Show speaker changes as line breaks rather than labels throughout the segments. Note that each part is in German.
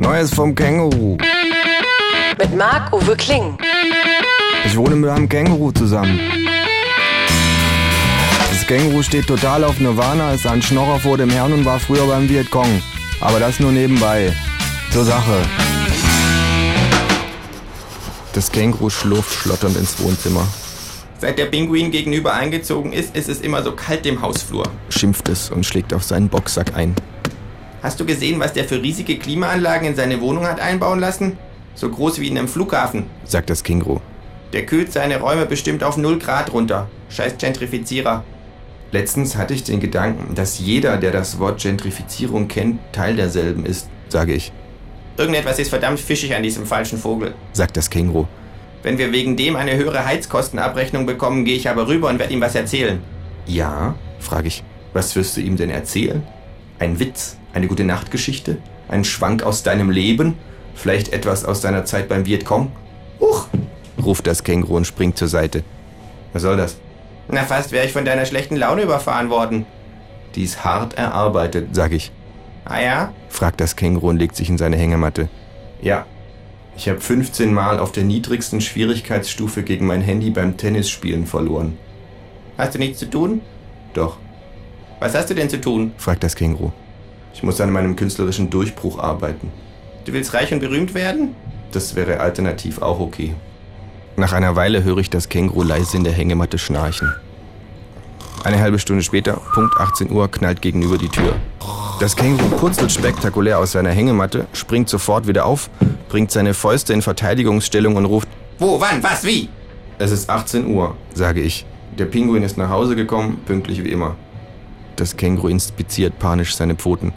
Neues vom Känguru.
Mit Marc-Uwe Kling.
Ich wohne mit einem Känguru zusammen. Das Känguru steht total auf Nirvana, ist ein Schnorrer vor dem Herrn und war früher beim Vietcong. Aber das nur nebenbei. Zur Sache. Das Känguru schlurft schlotternd ins Wohnzimmer,
Seit der Pinguin gegenüber eingezogen ist, ist es immer so kalt im Hausflur.
schimpft es und schlägt auf seinen Boxsack ein.
Hast du gesehen, was der für riesige Klimaanlagen in seine Wohnung hat einbauen lassen? So groß wie in einem Flughafen.
Sagt das Känguru.
Der kühlt seine Räume bestimmt auf 0 Grad runter. Scheiß Gentrifizierer. Letztens hatte ich den Gedanken, dass jeder, der das Wort Gentrifizierung kennt, Teil derselben ist.
Sage ich.
Irgendetwas ist verdammt fischig an diesem falschen Vogel.
Sagt das Känguru.
Wenn wir wegen dem eine höhere Heizkostenabrechnung bekommen, gehe ich aber rüber und werde ihm was erzählen.
Ja? Frage ich.
Was wirst du ihm denn erzählen? Ein Witz? Eine gute Nachtgeschichte? Ein Schwank aus deinem Leben? Vielleicht etwas aus deiner Zeit beim Vietcong? Huch!
Ruft das Känguru und springt zur Seite.
Was soll das? Na, fast wäre ich von deiner schlechten Laune überfahren worden. Die ist hart erarbeitet.
Sag ich.
Ah ja?
Fragt das Känguru und legt sich in seine Hängematte.
Ja. Ich habe 15 Mal auf der niedrigsten Schwierigkeitsstufe gegen mein Handy beim Tennisspielen verloren. Hast du nichts zu tun?
Doch.
Was hast du denn zu tun?
Fragt das Känguru.
Ich muss an meinem künstlerischen Durchbruch arbeiten. Du willst reich und berühmt werden? Das wäre alternativ auch okay.
Nach einer Weile höre ich das Känguru leise in der Hängematte schnarchen. Eine halbe Stunde später, Punkt 18 Uhr, knallt gegenüber die Tür. Das Känguru purzelt spektakulär aus seiner Hängematte, springt sofort wieder auf, bringt seine Fäuste in Verteidigungsstellung und ruft,
Wo, wann, was, wie? Es ist 18 Uhr.
sage ich.
Der Pinguin ist nach Hause gekommen, pünktlich wie immer.
Das Känguru inspiziert panisch seine Pfoten,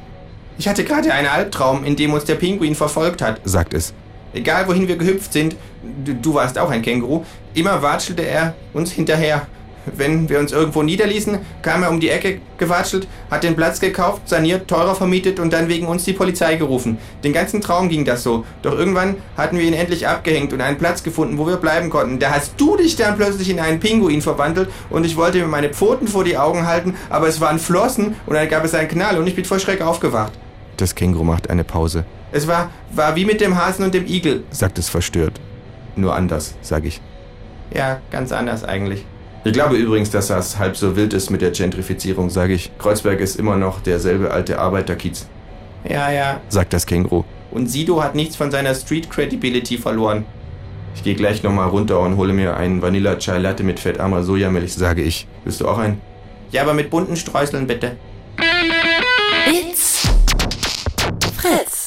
Ich hatte gerade einen Albtraum, in dem uns der Pinguin verfolgt hat.
sagt es,
Egal wohin wir gehüpft sind, du, du warst auch ein Känguru, immer watschelte er uns hinterher. Wenn wir uns irgendwo niederließen, kam er um die Ecke gewatschelt, hat den Platz gekauft, saniert, teurer vermietet und dann wegen uns die Polizei gerufen. Den ganzen Traum ging das so. Doch irgendwann hatten wir ihn endlich abgehängt und einen Platz gefunden, wo wir bleiben konnten. Da hast du dich dann plötzlich in einen Pinguin verwandelt und ich wollte mir meine Pfoten vor die Augen halten, aber es waren Flossen und dann gab es einen Knall und ich bin vor Schreck aufgewacht.
das Känguru macht eine Pause,
Es war, war wie mit dem Hasen und dem Igel.
sagt es verstört.
Nur anders.
Sage ich,
Ja, ganz anders eigentlich. Ich glaube übrigens, dass das halb so wild ist mit der Gentrifizierung.
sage ich,
Kreuzberg ist immer noch derselbe alte Arbeiterkiez. Ja, ja.
sagt das Känguru.
Und Sido hat nichts von seiner Street Credibility verloren. Ich gehe gleich nochmal runter und hole mir einen Vanilla Chai Latte mit fettarmer Sojamilch.
Sage ich,
Willst du auch einen? Ja, aber mit bunten Streuseln bitte.
It's Fritz.